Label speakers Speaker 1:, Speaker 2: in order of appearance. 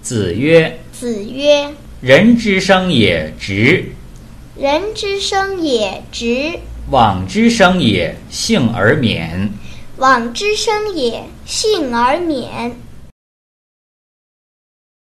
Speaker 1: 子曰
Speaker 2: 子曰：“
Speaker 1: 人之生也直，：“
Speaker 2: 人之生也直，
Speaker 1: 往之生也，幸而免。”
Speaker 2: 往之生也，幸而免。